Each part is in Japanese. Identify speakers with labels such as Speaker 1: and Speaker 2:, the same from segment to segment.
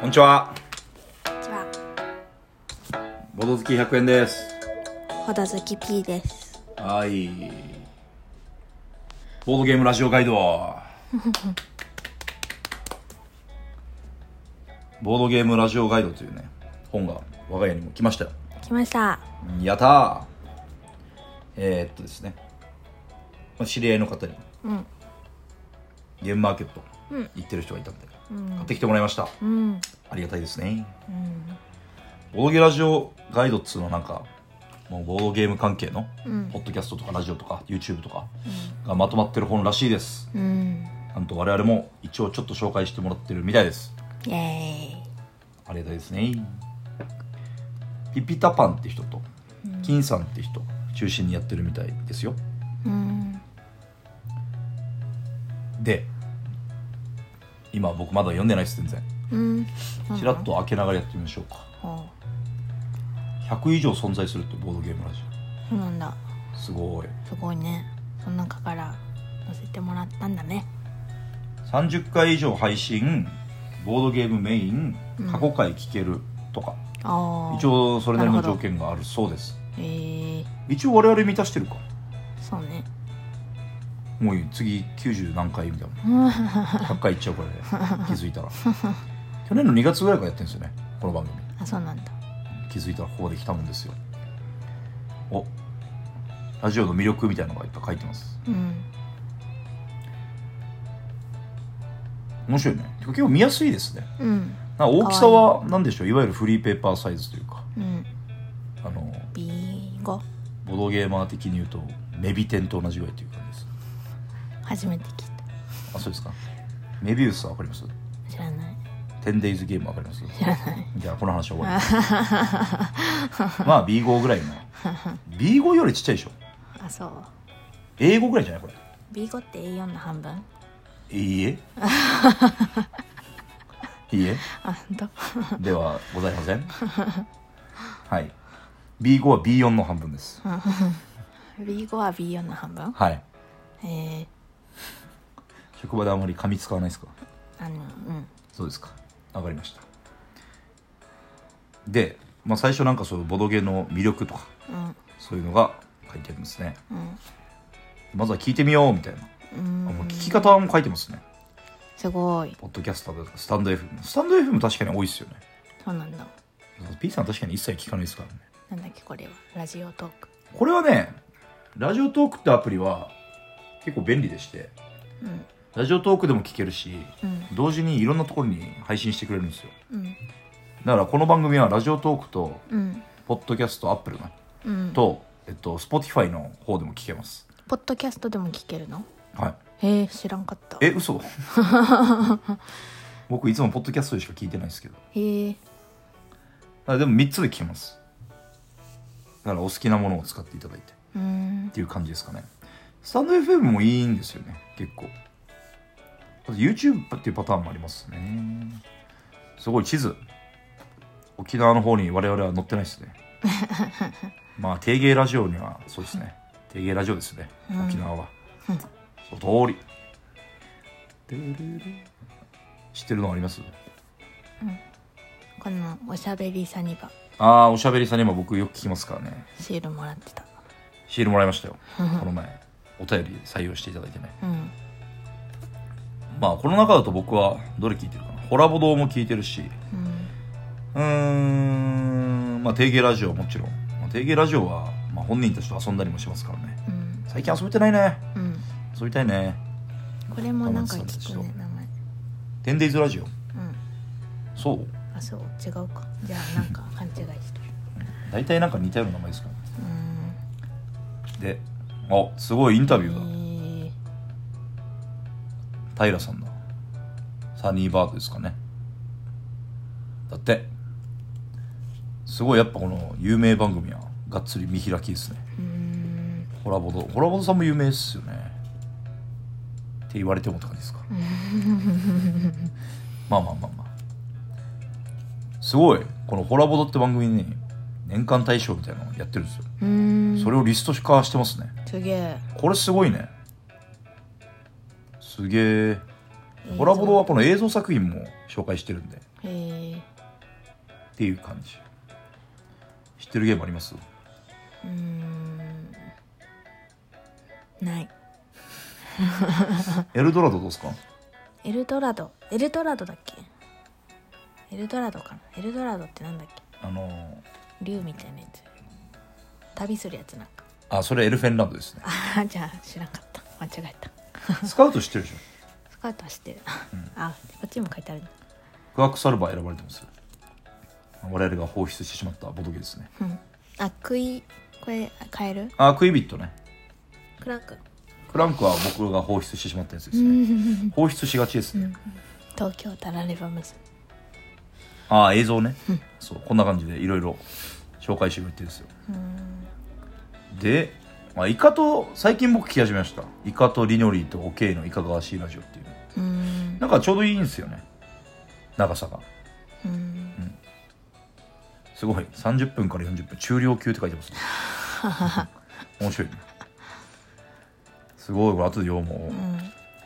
Speaker 1: こんにちは。
Speaker 2: こんにち
Speaker 1: ボド好き100円です。
Speaker 2: はほどずき P です
Speaker 1: はい。ボードゲームラジオガ イド。ボードゲームラジオガイドというね、本が我が家にも来ましたよ。
Speaker 2: 来ました
Speaker 1: やったーえー、っとですね、まあ、知り合いの方に、
Speaker 2: うん
Speaker 1: ゲームマーケット
Speaker 2: うん
Speaker 1: 行ってる人がいたんで、
Speaker 2: うん
Speaker 1: 買ってきてもらいました。
Speaker 2: うん
Speaker 1: ありがたいですね。
Speaker 2: うん
Speaker 1: ボードゲラジオガイドっつうのはなんかもうボードゲーム関係の、
Speaker 2: うん
Speaker 1: ポッドキャストとかラジオとか YouTube とかがまとまってる本らしいです
Speaker 2: うん
Speaker 1: なんと我々も一応ちょっと紹介してもらってるみたいです
Speaker 2: イエ
Speaker 1: ありがたいですねピピタパンって人と金さんって人中心にやってるみたいですよ
Speaker 2: ーイうん
Speaker 1: で今僕まだ読んでないです全然
Speaker 2: うん
Speaker 1: ちらっと開けながらやってみましょうか
Speaker 2: ほ
Speaker 1: 100以上存在するってボードゲームラジ
Speaker 2: うそうなんだ
Speaker 1: オすごい
Speaker 2: すごいねその中から載せてもらったんだね
Speaker 1: 30回以上配信ボードゲームメイン
Speaker 2: うん
Speaker 1: 過去回聞けるとか、
Speaker 2: ああ
Speaker 1: 一応それなりの
Speaker 2: なる
Speaker 1: 条
Speaker 2: ほど
Speaker 1: 件があるそうです
Speaker 2: えー、
Speaker 1: 一応我々満たしてるか
Speaker 2: そうね
Speaker 1: もう次90何回みたいな100回いっちゃうからね気づいたら去年の2月ぐらいからやってるんですよねこの番組
Speaker 2: あそうなんだ
Speaker 1: 気づいたらここで来たもんですよおラジオの魅力みたいなのがいっぱい書いてます
Speaker 2: うん
Speaker 1: 面白いね結構見やすいですね
Speaker 2: うん
Speaker 1: なんか大きさは何でしょういわゆるフリーペーパーサイズというか
Speaker 2: うん
Speaker 1: あの
Speaker 2: ビーゴ
Speaker 1: ボードゲーマー的に言うとメビテンと同じぐらいという感じです
Speaker 2: 初めて聞い
Speaker 1: あそうですかメビウスわかります
Speaker 2: た知らない
Speaker 1: 10 days ゲームわかります
Speaker 2: 知らない
Speaker 1: じゃあこの話は終わりますまあ B5 ぐらいの B5 よりちっちゃいでしょ
Speaker 2: あそう
Speaker 1: 英語ぐらいじゃないこれ
Speaker 2: ビーゴって A4 の半分
Speaker 1: い いえいいえ
Speaker 2: あほんと
Speaker 1: ではございませんはい B5 は B4 の半分です
Speaker 2: B5 は B4 の半分
Speaker 1: はい
Speaker 2: えー、
Speaker 1: 職場であまり噛み使わないですか
Speaker 2: あのうん
Speaker 1: そうですかわかりましたで、まあ、最初なんかそういうボドゲの魅力とか
Speaker 2: うん
Speaker 1: そういうのが書いてありますね
Speaker 2: うん
Speaker 1: まずは聞いてみようみたいな、
Speaker 2: うん
Speaker 1: あもう聞き方も書いてますね
Speaker 2: すごい
Speaker 1: ポッドキャスターとかスタンド FM スタンド FM 確かに多いですよね
Speaker 2: そうなんだ
Speaker 1: P さん確かに一切聞かないですからね
Speaker 2: なんだっけこれはラジオトーク
Speaker 1: これはねラジオトークってアプリは結構便利でして
Speaker 2: うん
Speaker 1: ラジオトークでも聞けるし
Speaker 2: うん
Speaker 1: 同時にいろんなところに配信してくれるんですよ
Speaker 2: うん
Speaker 1: だからこの番組はラジオトークと
Speaker 2: うん
Speaker 1: ポッドキャストアップルの
Speaker 2: うん
Speaker 1: と、えっと、Spotify の方でも聞けます。
Speaker 2: ポッドキャストでも聞けるの
Speaker 1: は
Speaker 2: へえ知らんかった
Speaker 1: い。え、 嘘僕いつもポッドキャストでしか聞いてないですけど。
Speaker 2: へえ
Speaker 1: あでも3つで聞けます。だからお好きなものを使っていただいてっ
Speaker 2: うん
Speaker 1: ていう感じですかね。スタンド FM もいいんですよね、結構。あと YouTube っていうパターンもありますね。すごい地図。沖縄の方に我々は乗ってないです ね。まあ、定芸ラジオにはそうですね。定芸ラジオですね、
Speaker 2: うん
Speaker 1: 沖縄は。
Speaker 2: うん
Speaker 1: その通りてるるる知ってるのあります
Speaker 2: このおしゃべりサニバ
Speaker 1: ああおしゃべりさんにも僕よく聞きますからね
Speaker 2: シールもらってた
Speaker 1: シールもらいま したよこの前お便り採用していただいてね
Speaker 2: うん
Speaker 1: まあこの中だと僕はどれ聞いてるかなホラボドも聞いてるしう
Speaker 2: うん
Speaker 1: ーんまあ定芸ラジオはもちろん、まあ、定芸ラジオは、まあ、本人たちと遊んだりもしますからね
Speaker 2: うん
Speaker 1: 最近遊べてないね
Speaker 2: うん
Speaker 1: 遊びたいね
Speaker 2: これもなんか聞くね名前
Speaker 1: 10days ラジオ
Speaker 2: うん
Speaker 1: そう
Speaker 2: あそう違うかじゃあなんか勘違いしてる
Speaker 1: 大体なんか似たような名前ですからね
Speaker 2: うん
Speaker 1: であすごいインタビューだ、
Speaker 2: へえ
Speaker 1: 平さんだサニーバードですかねだってすごいやっぱこの有名番組はがっつり見開きですね
Speaker 2: うん
Speaker 1: ホラボドホラボドさんも有名っすよねって言われてもって感じですか まあまあまあまあすごいこのホラボドって番組に年間大賞みたいなのやってるんですよ
Speaker 2: うん
Speaker 1: それをリスト化してますね
Speaker 2: すげえ
Speaker 1: これすごいねすげえホラボドはこの映像作品も紹介してるんで
Speaker 2: へえ
Speaker 1: っていう感じ知ってるゲームあります
Speaker 2: うーんない
Speaker 1: エルドラドどうですか
Speaker 2: エルドラドエルドラドだっけエルドラドかなエルドラドってなんだっけ
Speaker 1: あのー
Speaker 2: 竜みたいなやつ旅するやつなんか
Speaker 1: あそれエルフェンランドですね
Speaker 2: ああじゃあ知らなかった間違えた
Speaker 1: スカウト知ってるでしょ
Speaker 2: スカートは知ってる、あこっちにも書いてあるね
Speaker 1: クワークサルバー選ばれてますよ我々が放出してしまったボドゲですね
Speaker 2: うんあクイこれ変える
Speaker 1: あクイビットね
Speaker 2: クランク
Speaker 1: クランクは僕が放出してしまったやつですね 放出しがちですね、
Speaker 2: 東京タラレバ娘
Speaker 1: ああ映像ね、そうこんな感じでいろいろ紹介してくれてるんですよで、まあ、イカと最近僕聞き始めましたイカとリノリーとオケイのいかがわしいラジオっていうの
Speaker 2: うーん
Speaker 1: なんかちょうどいいんですよね長さが
Speaker 2: うーん
Speaker 1: すごい30分から40分中量級って書いて ますね面白いねすごいこれ後で読も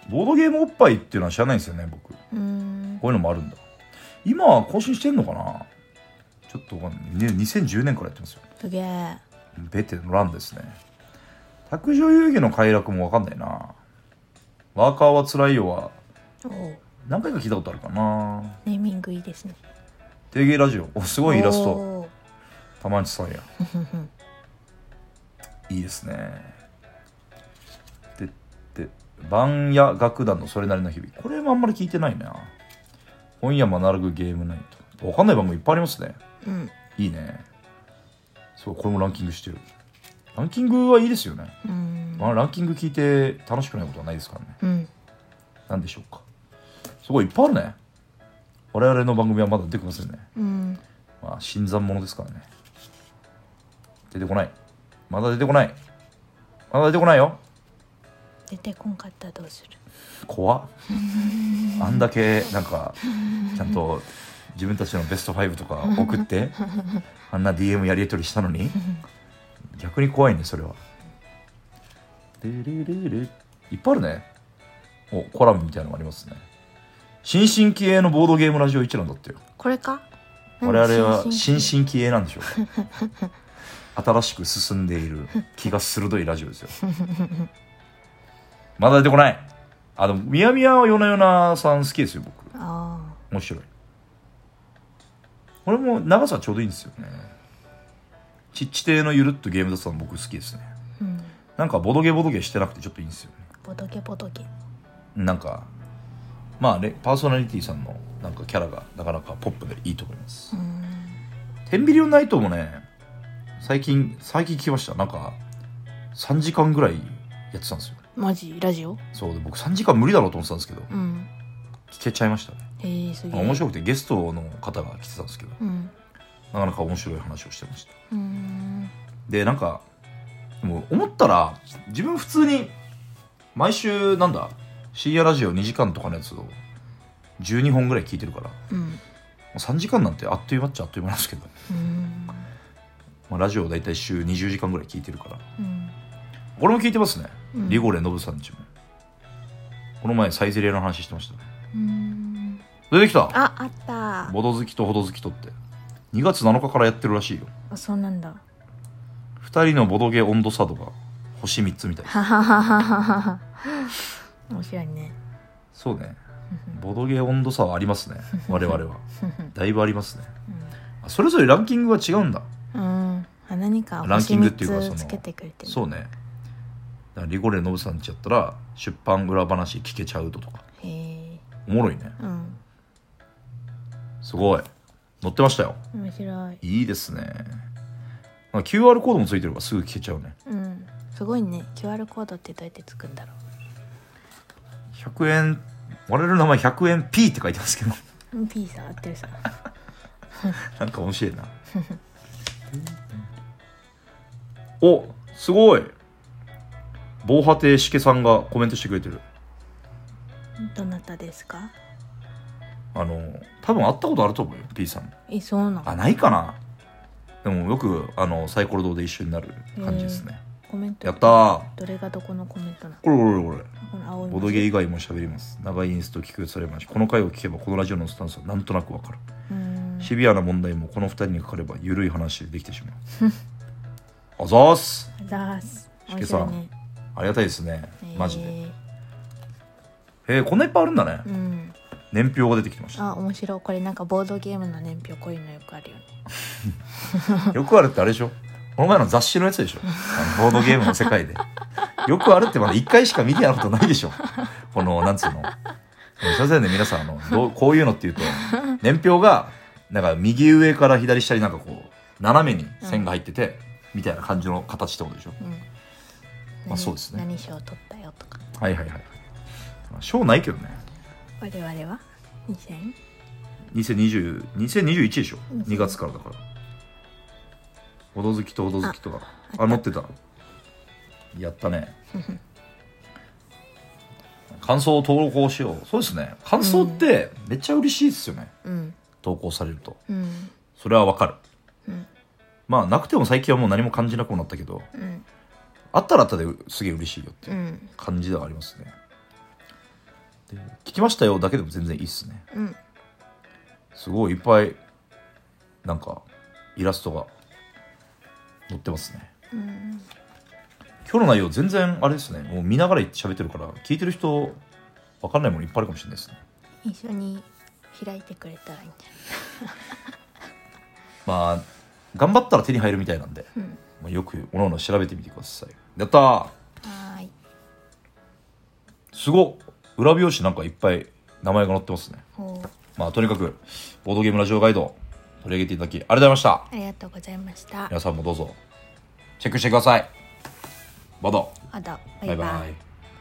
Speaker 1: うボードゲームおっぱいっていうのは知らないんですよね僕
Speaker 2: うーん
Speaker 1: こういうのもあるんだ今は更新してんのかなちょっとわかんないね2010年からやってますよ
Speaker 2: すげえ
Speaker 1: ベテの欄ですね卓上遊戯の快楽もわかんないなワーカーは辛いよは
Speaker 2: おお
Speaker 1: 何回か聞いたことあるかな
Speaker 2: ネーミングいいですね
Speaker 1: 定芸ラジオおすごいイラスト
Speaker 2: おー
Speaker 1: 玉内さ んや
Speaker 2: ふんふん
Speaker 1: いいですねでで番屋楽団のそれなりの日々これもあんまり聞いてないな本屋学ぶゲームナイトわかんない番組いっぱいありますね
Speaker 2: うん
Speaker 1: いいねそうこれもランキングしてるランキングはいいですよね、
Speaker 2: うーん
Speaker 1: まあ、ランキング聞いて楽しくないことはないですからね
Speaker 2: うん
Speaker 1: なんでしょうかすごいいっぱいあるね我々の番組はまだ出てきませんね
Speaker 2: うん
Speaker 1: まあ新参者ですからね出てこないまだ出てこないまだ出てこないよ
Speaker 2: 出てこんかったらどうする
Speaker 1: 怖っあんだけなんかちゃんと自分たちのベスト5とか送ってあんな DM やり取りしたのに逆に怖いねそれはでれれれいっぱいあるねおコラムみたいなのもありますね新進気鋭のボードゲームラジオ一覧だってよ
Speaker 2: これか
Speaker 1: 我々は
Speaker 2: 新
Speaker 1: 新進気鋭なんでしょうか新しく進んでいる気が鋭いラジオですよまだ出てこないあのみやみやはよなよなさん好きですよ僕
Speaker 2: あ
Speaker 1: 面白いこれも長さちょうどいいんですよねちっち亭のゆるっとゲーム出すの僕好きですね
Speaker 2: あうん
Speaker 1: なんかボドゲボドゲしてなくてちょっといいんですよね
Speaker 2: ボトゲボトゲ
Speaker 1: なんかまあねパーソナリティさんのなんかキャラがなかなかポップでいいと思います
Speaker 2: うーん
Speaker 1: テンビリオンナイトもね、最近、最近聞きました。なんか、3時間ぐらいやってたんですよ。
Speaker 2: マジラジオ
Speaker 1: そうで、僕3時間無理だろうと思ってたんですけど、
Speaker 2: うん
Speaker 1: 聞けちゃいましたね。
Speaker 2: へえすげ
Speaker 1: まあ
Speaker 2: え
Speaker 1: 面白くてゲストの方が来てたんですけど、
Speaker 2: うん
Speaker 1: なかなか面白い話をしてました。
Speaker 2: うーん
Speaker 1: で、なんか、でも思ったら、自分普通に、毎週、なんだ、深夜ラジオ2時間とかのやつを、12本ぐらい聞いてるから、
Speaker 2: うん
Speaker 1: 3時間なんてあっという間っちゃあっという間なんですけど、
Speaker 2: うん
Speaker 1: まあ、ラジオ大体週20時間ぐらい聞いてるから、
Speaker 2: うん
Speaker 1: これも聞いてますね、
Speaker 2: うん
Speaker 1: リゴレノブさんちもこの前サイゼリアの話してましたね
Speaker 2: うん
Speaker 1: 出てきた
Speaker 2: ああった
Speaker 1: ボド好きとほど好きとって2月7日からやってるらしいよ
Speaker 2: あそうな んだ
Speaker 1: 2人のボドゲ温度差度が星3つみたい
Speaker 2: はははははは面白いね
Speaker 1: そうねボドゲ温度差はありますね我々はだいぶありますねあそれぞれランキングは違うんだ
Speaker 2: うんあ何か
Speaker 1: ランキングっていうか
Speaker 2: 星三
Speaker 1: その
Speaker 2: つつけてくれてる
Speaker 1: そうねだからリゴレノブさんちやったら出版裏話聞けちゃうととか
Speaker 2: へえ
Speaker 1: おもろいね
Speaker 2: うん
Speaker 1: すごい載ってましたよ
Speaker 2: 面白い
Speaker 1: いいですね。なんか QR コードもついてるからすぐ聞けちゃうね。
Speaker 2: うんすごいね QR コードってどうやってつくんだろ
Speaker 1: 100円、我々の名前100円 P って書いてますけど、
Speaker 2: ううん P さん合ってるさ
Speaker 1: なんか面白いな。おすごい防波堤しけさんがコメントしてくれてる。
Speaker 2: どなたですか
Speaker 1: あの、多分会ったことあると思うよ、P さん。
Speaker 2: えそうな
Speaker 1: あ、
Speaker 2: の
Speaker 1: ないかなでもよく、あの、サイコロ堂で一緒になる感じですね。
Speaker 2: コメント
Speaker 1: やったー
Speaker 2: どれがどこのコメントな
Speaker 1: これこれこれ。
Speaker 2: のこの青い
Speaker 1: ボドゲ以外も喋ります。長いインスト聞くとされますこの回を聞けばこのラジオのスタンスはなんとなくわかる。
Speaker 2: うん
Speaker 1: シビアな問題もこの2人にかかれば緩い話でできてしま うあざーす
Speaker 2: あざーす
Speaker 1: しけさんありがたいですね
Speaker 2: 面白いね
Speaker 1: マジで
Speaker 2: え
Speaker 1: えー、こんないっぱいあるんだね
Speaker 2: ーうん
Speaker 1: 年表が出てきてまし
Speaker 2: あ面白いこれなんかボードゲームの年表こういうのよくあるよね
Speaker 1: た よくあるってあれでしょこの前の雑誌のやつでしょあのボードゲームの世界で よくあるってまだ1回しか見てやることないでしょこのなんつうのすいませんね皆さんあのどうこういうのっていうと年表がなんか右上から左下になんかこう斜めに線が入ってて、みたいな感じの形ってことでしょ
Speaker 2: うん
Speaker 1: まあそうですね
Speaker 2: 何賞取ったよとか
Speaker 1: はいはいはいまあ賞ないけどね
Speaker 2: 我々は2000
Speaker 1: 2020 2021でしょ
Speaker 2: うん
Speaker 1: 2月からだから「ほど好きとほど好き」とか
Speaker 2: あ
Speaker 1: あ乗ってたやった ね感想を投稿しようそうですね感想ってめっちゃ嬉しいですよね、
Speaker 2: うん
Speaker 1: 投稿されると
Speaker 2: うん
Speaker 1: それはわかる、
Speaker 2: うん
Speaker 1: まあなくても最近はもう何も感じなくもなったけど
Speaker 2: うん
Speaker 1: あったらあったですげえ嬉しいよって
Speaker 2: うん
Speaker 1: 感じではありますねで聞きましたよだけでも全然いいっすね
Speaker 2: うん
Speaker 1: すごいいっぱいなんかイラストが載ってますね
Speaker 2: うん
Speaker 1: 今日の内容全然あれですねもう見ながら喋ってるから聞いてる人わかんないものいっぱいあるかもしれないですね
Speaker 2: 一緒に開いてくれたらいいんじ
Speaker 1: まあ頑張ったら手に入るみたいなんで、
Speaker 2: ゃないうん
Speaker 1: まあ、よくおのおの調べてみてくださいやったー
Speaker 2: はーい
Speaker 1: すごっ裏表紙なんかいっぱい名前が載ってますね
Speaker 2: おー
Speaker 1: まあとにかくボードゲームラジオガイド取り上げていただきありがとうございました
Speaker 2: ありがとうございました
Speaker 1: 皆さんもどうぞチェックしてくださいまた
Speaker 2: あだ
Speaker 1: バイバイ